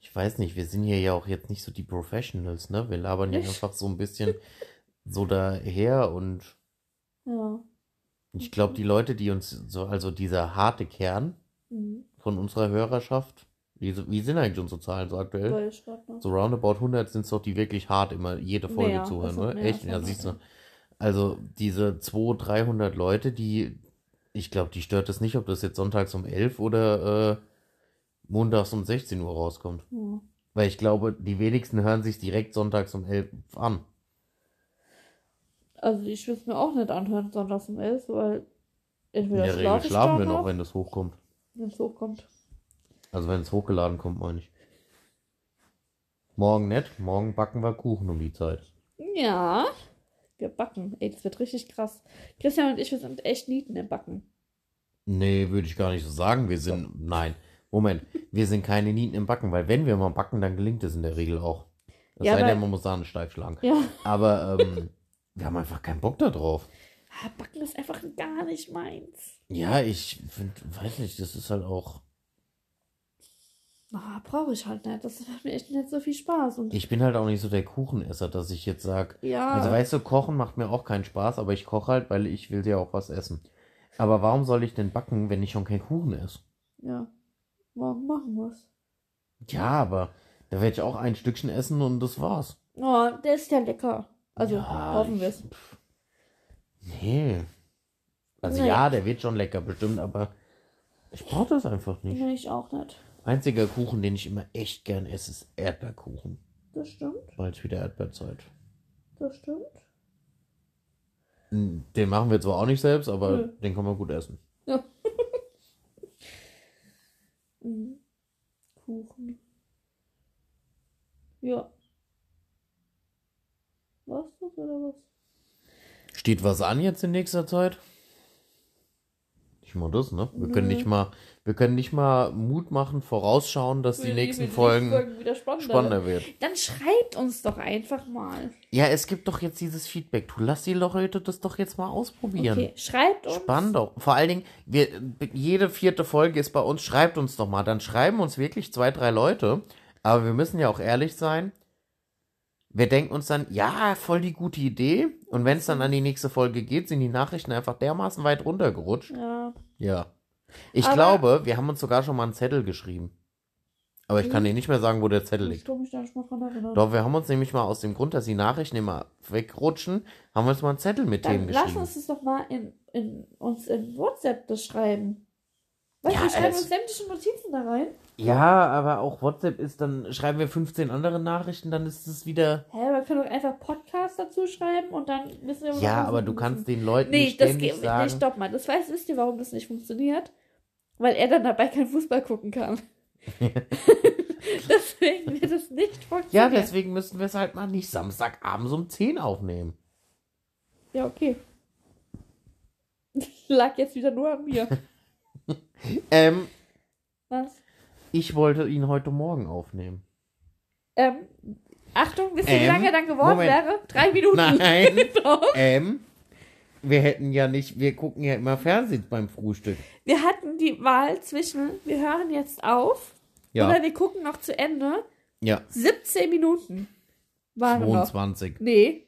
Speaker 1: ich weiß nicht, wir sind hier ja auch jetzt nicht so die Professionals, ne? Wir labern ja
Speaker 2: Nicht.
Speaker 1: einfach so ein bisschen so daher und
Speaker 2: ja.
Speaker 1: ich glaube, die Leute, die uns so, also dieser harte Kern
Speaker 2: Mhm.
Speaker 1: von unserer Hörerschaft, wie, wie sind eigentlich unsere Zahlen so aktuell?
Speaker 2: Weil ich grad noch.
Speaker 1: So roundabout 100 sind es doch die wirklich hart immer jede Folge
Speaker 2: Mehr,
Speaker 1: zuhören,
Speaker 2: also
Speaker 1: oder?
Speaker 2: mehr
Speaker 1: Echt?
Speaker 2: als
Speaker 1: Ja,
Speaker 2: 100.
Speaker 1: siehst du. Also diese 200, 300 Leute, die, ich glaube, die stört es nicht, ob das jetzt sonntags um 11 oder äh, montags um 16 Uhr rauskommt.
Speaker 2: Ja.
Speaker 1: Weil ich glaube, die wenigsten hören sich direkt sonntags um 11 an.
Speaker 2: Also ich würde es mir auch nicht anhören, sonntags um 11, weil
Speaker 1: In
Speaker 2: entweder
Speaker 1: der Regel
Speaker 2: schlafe ich
Speaker 1: schlafen wir
Speaker 2: danach,
Speaker 1: noch, wenn das hochkommt.
Speaker 2: wenn es hochkommt.
Speaker 1: Also wenn es hochgeladen kommt, meine ich. Morgen nicht. Morgen backen wir Kuchen um die Zeit.
Speaker 2: Ja, wir backen. Ey, das wird richtig krass. Christian und ich, wir sind echt Nieten im Backen.
Speaker 1: Nee, würde ich gar nicht so sagen. Wir sind. Nein. Moment. Wir sind keine Nieten im Backen, weil wenn wir mal backen, dann gelingt es in der Regel auch. Es
Speaker 2: Ja,
Speaker 1: sei
Speaker 2: aber-
Speaker 1: denn, man muss Sahne steif schlagen.
Speaker 2: Ja,
Speaker 1: Aber ähm, wir haben einfach keinen Bock da drauf.
Speaker 2: Ah, Backen ist einfach gar nicht meins.
Speaker 1: Ja, ich find, weiß nicht, das ist halt auch.
Speaker 2: Ah, brauche ich halt nicht. Das macht mir echt nicht so viel Spaß. Und
Speaker 1: Ich bin halt auch nicht so der Kuchenesser, dass ich jetzt sag.
Speaker 2: ja,
Speaker 1: Also weißt du, kochen macht mir auch keinen Spaß, aber ich koche halt, weil ich will ja auch was essen. Aber warum soll ich denn backen, wenn ich schon keinen Kuchen esse?
Speaker 2: ja. Morgen machen wir's.
Speaker 1: Ja, aber da werde ich auch ein Stückchen essen und das war's.
Speaker 2: Oh, der ist ja lecker. Also
Speaker 1: Ja,
Speaker 2: hoffen
Speaker 1: ich-
Speaker 2: wir's.
Speaker 1: pff. Nee. Also
Speaker 2: Nee.
Speaker 1: ja, der wird schon lecker bestimmt, aber ich brauche das einfach nicht.
Speaker 2: Nee, ich auch nicht.
Speaker 1: Einziger Kuchen, den ich immer echt gern esse, ist Erdbeerkuchen.
Speaker 2: Das stimmt,
Speaker 1: Bald wieder Erdbeerzeit.
Speaker 2: das stimmt.
Speaker 1: Mm, Den machen wir zwar auch nicht selbst, aber
Speaker 2: Nö.
Speaker 1: den kann man gut essen.
Speaker 2: Mhm. Kuchen. Ja. Was das oder was?
Speaker 1: Steht was an jetzt in nächster Zeit? Nicht mal das, ne? Wir können
Speaker 2: Nö.
Speaker 1: nicht mal, wir können nicht mal Mut machen, vorausschauen, dass die
Speaker 2: Wenn
Speaker 1: nächsten
Speaker 2: wenn
Speaker 1: Folgen
Speaker 2: wieder spannender.
Speaker 1: spannender wird.
Speaker 2: Dann schreibt uns doch einfach mal.
Speaker 1: Ja, es gibt doch jetzt dieses Feedback. Du lass die Leute das doch jetzt mal ausprobieren.
Speaker 2: Okay, schreibt uns.
Speaker 1: Spannend doch. Vor allen Dingen, wir, jede vierte Folge ist bei uns, schreibt uns doch mal. Dann schreiben uns wirklich zwei, drei Leute. Aber wir müssen ja auch ehrlich sein. Wir denken uns dann, ja, voll die gute Idee. Und wenn es dann an die nächste Folge geht, sind die Nachrichten einfach dermaßen weit runtergerutscht.
Speaker 2: Ja.
Speaker 1: Ja. Ich
Speaker 2: Aber-
Speaker 1: glaube, wir haben uns sogar schon mal einen Zettel geschrieben. Aber ich kann dir nicht mehr sagen, wo der Zettel liegt.
Speaker 2: Ich tu mich da nicht mal dran erinnern.
Speaker 1: Doch, wir haben uns nämlich mal aus dem Grund, dass die Nachrichten immer wegrutschen, haben wir uns mal einen Zettel mit
Speaker 2: Dann
Speaker 1: Themen
Speaker 2: lass
Speaker 1: geschrieben.
Speaker 2: uns das doch mal in, in, uns in WhatsApp das schreiben. Weißt
Speaker 1: Ja,
Speaker 2: du, wir schreiben
Speaker 1: es-
Speaker 2: uns sämtliche Notizen da rein.
Speaker 1: Ja, aber auch WhatsApp ist, dann schreiben wir 15 andere Nachrichten, dann ist es wieder.
Speaker 2: Hä, wir können doch einfach Podcast dazu schreiben und dann wissen wir, was
Speaker 1: Ja,
Speaker 2: wir
Speaker 1: aber du
Speaker 2: suchen
Speaker 1: kannst
Speaker 2: müssen.
Speaker 1: den Leuten
Speaker 2: Nee,
Speaker 1: nicht
Speaker 2: das
Speaker 1: ständig
Speaker 2: geht
Speaker 1: sagen.
Speaker 2: nicht. Stopp mal. Das weiß, wisst ihr, warum das nicht funktioniert? Weil er dann dabei kein Fußball gucken kann. Deswegen wird es nicht
Speaker 1: ja,
Speaker 2: funktionieren.
Speaker 1: deswegen müssten wir es halt mal nicht Samstagabends um 10 aufnehmen.
Speaker 2: ja okay. Lag jetzt wieder nur an mir.
Speaker 1: Ähm,
Speaker 2: Was?
Speaker 1: ich wollte ihn heute Morgen aufnehmen.
Speaker 2: Ähm, Achtung, wisst ihr, wie
Speaker 1: Ähm,
Speaker 2: lange dann geworden
Speaker 1: Moment.
Speaker 2: wäre? Drei Minuten.
Speaker 1: Nein.
Speaker 2: Doch.
Speaker 1: ähm, wir hätten ja nicht, wir gucken ja immer Fernsehen beim Frühstück.
Speaker 2: Wir hatten die Wahl zwischen, wir hören jetzt auf
Speaker 1: Ja,
Speaker 2: oder wir gucken noch zu Ende.
Speaker 1: ja.
Speaker 2: 17 Minuten waren wir noch.
Speaker 1: 22.
Speaker 2: Nee.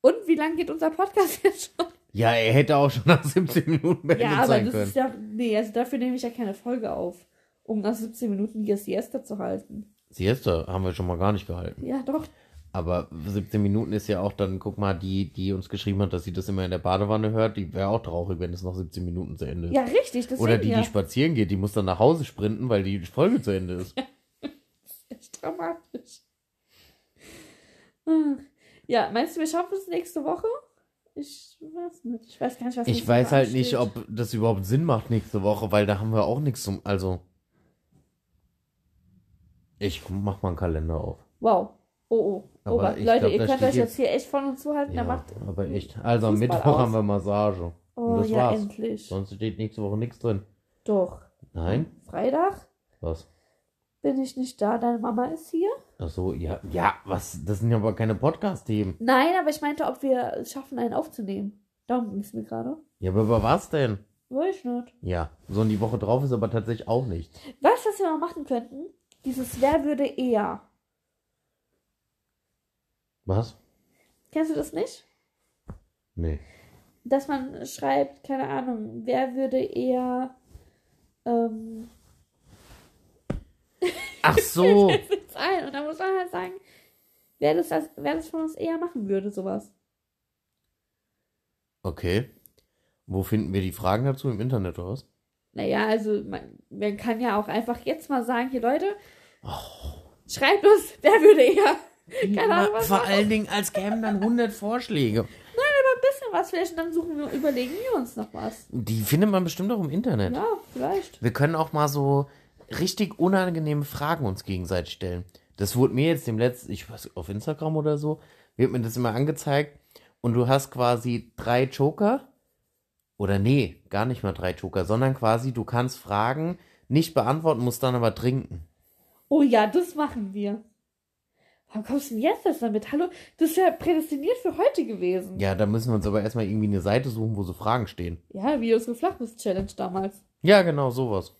Speaker 2: Und wie lang geht unser Podcast jetzt schon?
Speaker 1: Ja, er hätte auch schon nach 17 Minuten beendet
Speaker 2: Ja, aber
Speaker 1: sein
Speaker 2: das
Speaker 1: können.
Speaker 2: ist ja. Nee, also dafür nehme ich ja keine Folge auf, um nach 17 Minuten die Siesta zu halten.
Speaker 1: Siesta haben wir schon mal gar nicht gehalten.
Speaker 2: Ja, doch.
Speaker 1: Aber 17 Minuten ist ja auch dann, guck mal, die, die uns geschrieben hat, dass sie das immer in der Badewanne hört, die wäre auch traurig, wenn es nach 17 Minuten zu Ende ist.
Speaker 2: Ja, richtig. Deswegen
Speaker 1: Oder die,
Speaker 2: ja.
Speaker 1: die spazieren geht, die muss dann nach Hause sprinten, weil die Folge zu Ende ist.
Speaker 2: Echt dramatisch. Ach. Ja, meinst du, wir schaffen es nächste Woche? Ich weiß nicht. Ich weiß gar nicht, was
Speaker 1: Ich
Speaker 2: nächste
Speaker 1: weiß
Speaker 2: Woche
Speaker 1: halt nicht,
Speaker 2: ansteht.
Speaker 1: ob das überhaupt Sinn macht nächste Woche, weil da haben wir auch nichts zum. Also. Ich mach mal einen Kalender auf.
Speaker 2: Wow. Oh, oh.
Speaker 1: Aber
Speaker 2: Obacht.
Speaker 1: ich
Speaker 2: Leute,
Speaker 1: glaub,
Speaker 2: ihr
Speaker 1: da
Speaker 2: könnt
Speaker 1: steht
Speaker 2: euch jetzt hier echt von uns zuhalten.
Speaker 1: Ja,
Speaker 2: Da macht.
Speaker 1: aber echt. Also am
Speaker 2: Fußball
Speaker 1: Mittwoch
Speaker 2: aus.
Speaker 1: haben wir Massage. Und
Speaker 2: Oh
Speaker 1: das
Speaker 2: ja,
Speaker 1: war's.
Speaker 2: endlich.
Speaker 1: Sonst steht nächste Woche nichts drin.
Speaker 2: Doch.
Speaker 1: Nein?
Speaker 2: Freitag
Speaker 1: Was?
Speaker 2: bin ich nicht da. Deine Mama ist hier.
Speaker 1: Ach so, ja, ja, was? Das sind ja aber keine Podcast-Themen.
Speaker 2: Nein, aber ich meinte, ob wir es schaffen, einen aufzunehmen. Darum ging es mir gerade.
Speaker 1: Ja, aber über was denn?
Speaker 2: Weiß ich nicht.
Speaker 1: Ja, so und die Woche drauf ist aber tatsächlich auch nichts.
Speaker 2: Weißt du, was wir mal machen könnten? Dieses Wer würde eher.
Speaker 1: Was?
Speaker 2: Kennst du das nicht?
Speaker 1: Nee.
Speaker 2: Dass man schreibt, keine Ahnung, wer würde eher. Ähm,
Speaker 1: Ach so.
Speaker 2: sitzt ein. Und dann muss man halt sagen, wer das, als- wer das von uns eher machen würde, sowas.
Speaker 1: Okay. Wo finden wir die Fragen dazu im Internet oder was?
Speaker 2: Naja, also man, man kann ja auch einfach jetzt mal sagen, hier Leute, Schreibt uns, wer würde eher. Keine Ahnung,
Speaker 1: Na,
Speaker 2: was
Speaker 1: Äh, vor
Speaker 2: machen.
Speaker 1: allen Dingen, als kämen dann 100 Vorschläge.
Speaker 2: Ein bisschen was vielleicht und dann suchen wir, überlegen wir uns noch was.
Speaker 1: Die findet man bestimmt auch im Internet.
Speaker 2: Ja, vielleicht.
Speaker 1: Wir können auch mal so richtig unangenehme Fragen uns gegenseitig stellen. Das wurde mir jetzt dem letzten, ich weiß, auf Instagram oder so, wird mir das immer angezeigt. Und du hast quasi drei Joker. Oder nee, gar nicht mal drei Joker, sondern quasi du kannst Fragen nicht beantworten, musst dann aber trinken.
Speaker 2: Oh ja, das machen wir. Warum kommst du denn jetzt erst damit? Hallo, das ist ja prädestiniert für heute gewesen.
Speaker 1: Ja, da müssen wir uns aber erstmal irgendwie eine Seite suchen, wo so Fragen stehen.
Speaker 2: Ja, wie unsere Flachnuss-Challenge damals.
Speaker 1: Ja, genau, sowas.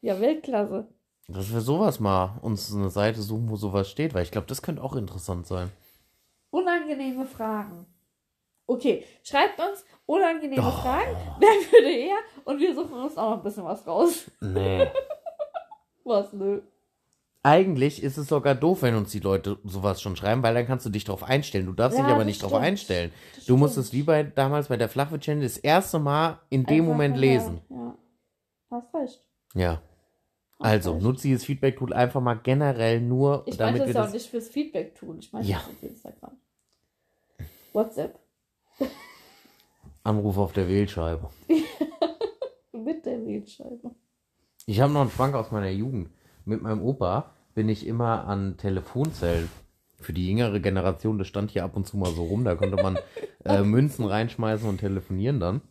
Speaker 2: Ja, Weltklasse.
Speaker 1: Dass wir sowas mal uns eine Seite suchen, wo sowas steht, weil ich glaube, das könnte auch interessant sein.
Speaker 2: Unangenehme Fragen. Okay, schreibt uns unangenehme
Speaker 1: Oh.
Speaker 2: Fragen. Wer würde eher? Und wir suchen uns auch noch ein bisschen was raus.
Speaker 1: Nee.
Speaker 2: Was, nö.
Speaker 1: Eigentlich ist es sogar doof, wenn uns die Leute sowas schon schreiben, weil dann kannst du dich drauf einstellen. Du darfst
Speaker 2: Ja,
Speaker 1: dich aber
Speaker 2: das
Speaker 1: nicht drauf
Speaker 2: stimmt.
Speaker 1: einstellen.
Speaker 2: Das
Speaker 1: Du
Speaker 2: stimmt.
Speaker 1: musst es wie bei damals bei der Flachwitz-Challenge das erste Mal in dem
Speaker 2: Einfach
Speaker 1: Moment
Speaker 2: mal
Speaker 1: lesen.
Speaker 2: hören, Ja. Hast recht.
Speaker 1: Ja.
Speaker 2: Hast
Speaker 1: Also,
Speaker 2: recht.
Speaker 1: nutze dieses Feedback-Tool einfach mal generell nur,
Speaker 2: Ich
Speaker 1: damit
Speaker 2: meine
Speaker 1: wir
Speaker 2: das ja
Speaker 1: das.
Speaker 2: auch nicht fürs Feedback tun. Ich meine
Speaker 1: Ja.
Speaker 2: das auf Instagram. WhatsApp.
Speaker 1: Anruf auf der Wählscheibe.
Speaker 2: Mit der Wählscheibe.
Speaker 1: Ich habe noch einen Schwank aus meiner Jugend. Mit meinem Opa bin ich immer an Telefonzellen. Für die jüngere Generation, das stand hier ab und zu mal so rum, da konnte man äh, Münzen reinschmeißen und telefonieren dann.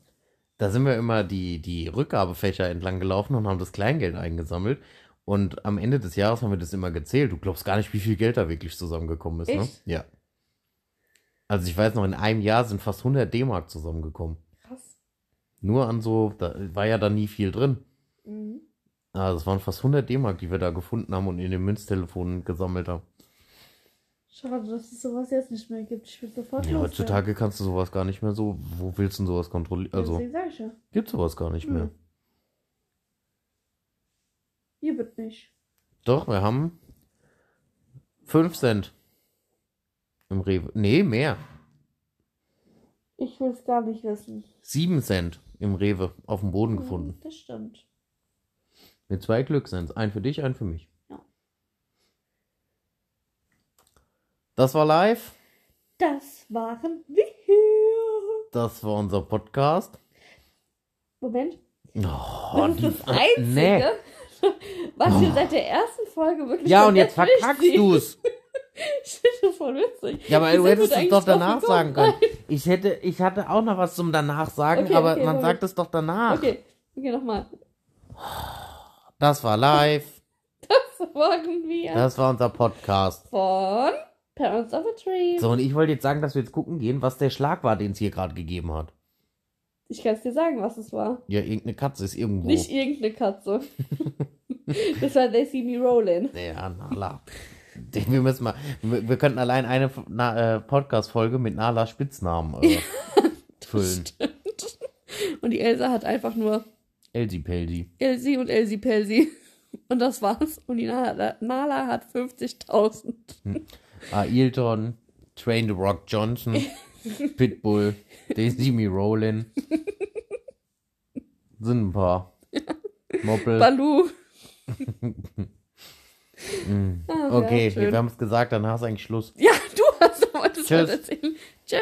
Speaker 1: Da sind wir immer die, die Rückgabefächer entlang gelaufen und haben das Kleingeld eingesammelt. Und am Ende des Jahres haben wir das immer gezählt. Du glaubst gar nicht, wie viel Geld da wirklich zusammengekommen ist, ne?
Speaker 2: Echt?
Speaker 1: Ja. Also ich weiß noch, in einem Jahr sind fast 100 D-Mark zusammengekommen.
Speaker 2: Krass.
Speaker 1: Nur an so, da war ja da nie viel drin.
Speaker 2: Mhm.
Speaker 1: Ah, das waren fast 100 D-Mark, die wir da gefunden haben und in den Münztelefonen gesammelt haben.
Speaker 2: Schade, dass es sowas jetzt nicht mehr gibt. Ich will sofort
Speaker 1: Ja,
Speaker 2: loswerden.
Speaker 1: heutzutage kannst du sowas gar nicht mehr so. Wo willst du denn sowas kontrollieren?
Speaker 2: Ja,
Speaker 1: Also,
Speaker 2: deswegen sag ich ja.
Speaker 1: gibt sowas gar nicht mehr.
Speaker 2: Hm. Ihr wird nicht.
Speaker 1: Doch, wir haben 5 Cent im Rewe. Nee, mehr.
Speaker 2: Ich will es gar nicht wissen.
Speaker 1: 7 Cent im Rewe auf dem Boden gefunden.
Speaker 2: Mhm, Das stimmt.
Speaker 1: Mit zwei Glücksens. Ein für dich, ein für mich.
Speaker 2: Ja.
Speaker 1: Das war live.
Speaker 2: Das waren wir.
Speaker 1: Das war unser Podcast.
Speaker 2: Moment.
Speaker 1: Oh,
Speaker 2: das ist das
Speaker 1: Fre-
Speaker 2: Einzige,
Speaker 1: Nee.
Speaker 2: was wir seit der ersten Folge wirklich
Speaker 1: Ah. Ja, und jetzt
Speaker 2: vergessen
Speaker 1: verkackst du's.
Speaker 2: Ich finde das voll witzig.
Speaker 1: Ja, aber
Speaker 2: Wie
Speaker 1: du
Speaker 2: sind
Speaker 1: hättest es
Speaker 2: wir da
Speaker 1: doch
Speaker 2: eigentlich drauf
Speaker 1: danach sagen
Speaker 2: gekommen?
Speaker 1: können. Ich hätte, ich hatte auch noch was zum danach sagen,
Speaker 2: Okay,
Speaker 1: aber
Speaker 2: okay,
Speaker 1: man
Speaker 2: Moment.
Speaker 1: sagt es doch danach.
Speaker 2: Okay, okay, nochmal.
Speaker 1: Das war live.
Speaker 2: Das waren wir
Speaker 1: Das war unser Podcast.
Speaker 2: von Parents of a Dream.
Speaker 1: So, und ich wollte jetzt sagen, dass wir jetzt gucken gehen, was der Schlag war, den es hier gerade gegeben hat.
Speaker 2: Ich kann es dir sagen, was es war.
Speaker 1: Ja, irgendeine Katze ist irgendwo.
Speaker 2: Nicht irgendeine Katze. das war They See Me Rollin'.
Speaker 1: ja, Nala. Den- Wir müssen mal, wir, wir könnten allein eine F- na, äh, Podcast-Folge mit Nalas Spitznamen äh, füllen.
Speaker 2: Und die Elsa hat einfach nur
Speaker 1: Elsie Peldi.
Speaker 2: Elsie und Elsie Pelsi. Und das war's. Und die Nala, Nala hat 50.000.
Speaker 1: Ailton, Ah, Train the Rock Johnson, Pitbull, Daisy Me Rollin. Sind ein paar. Moppel.
Speaker 2: Balu. Ach, ja,
Speaker 1: Okay,
Speaker 2: schön.
Speaker 1: wir Mm. haben es gesagt, dann hast du eigentlich Schluss.
Speaker 2: Ah, Ja, du hast wolltest
Speaker 1: Tschüss.
Speaker 2: heute erzählen. Tschö.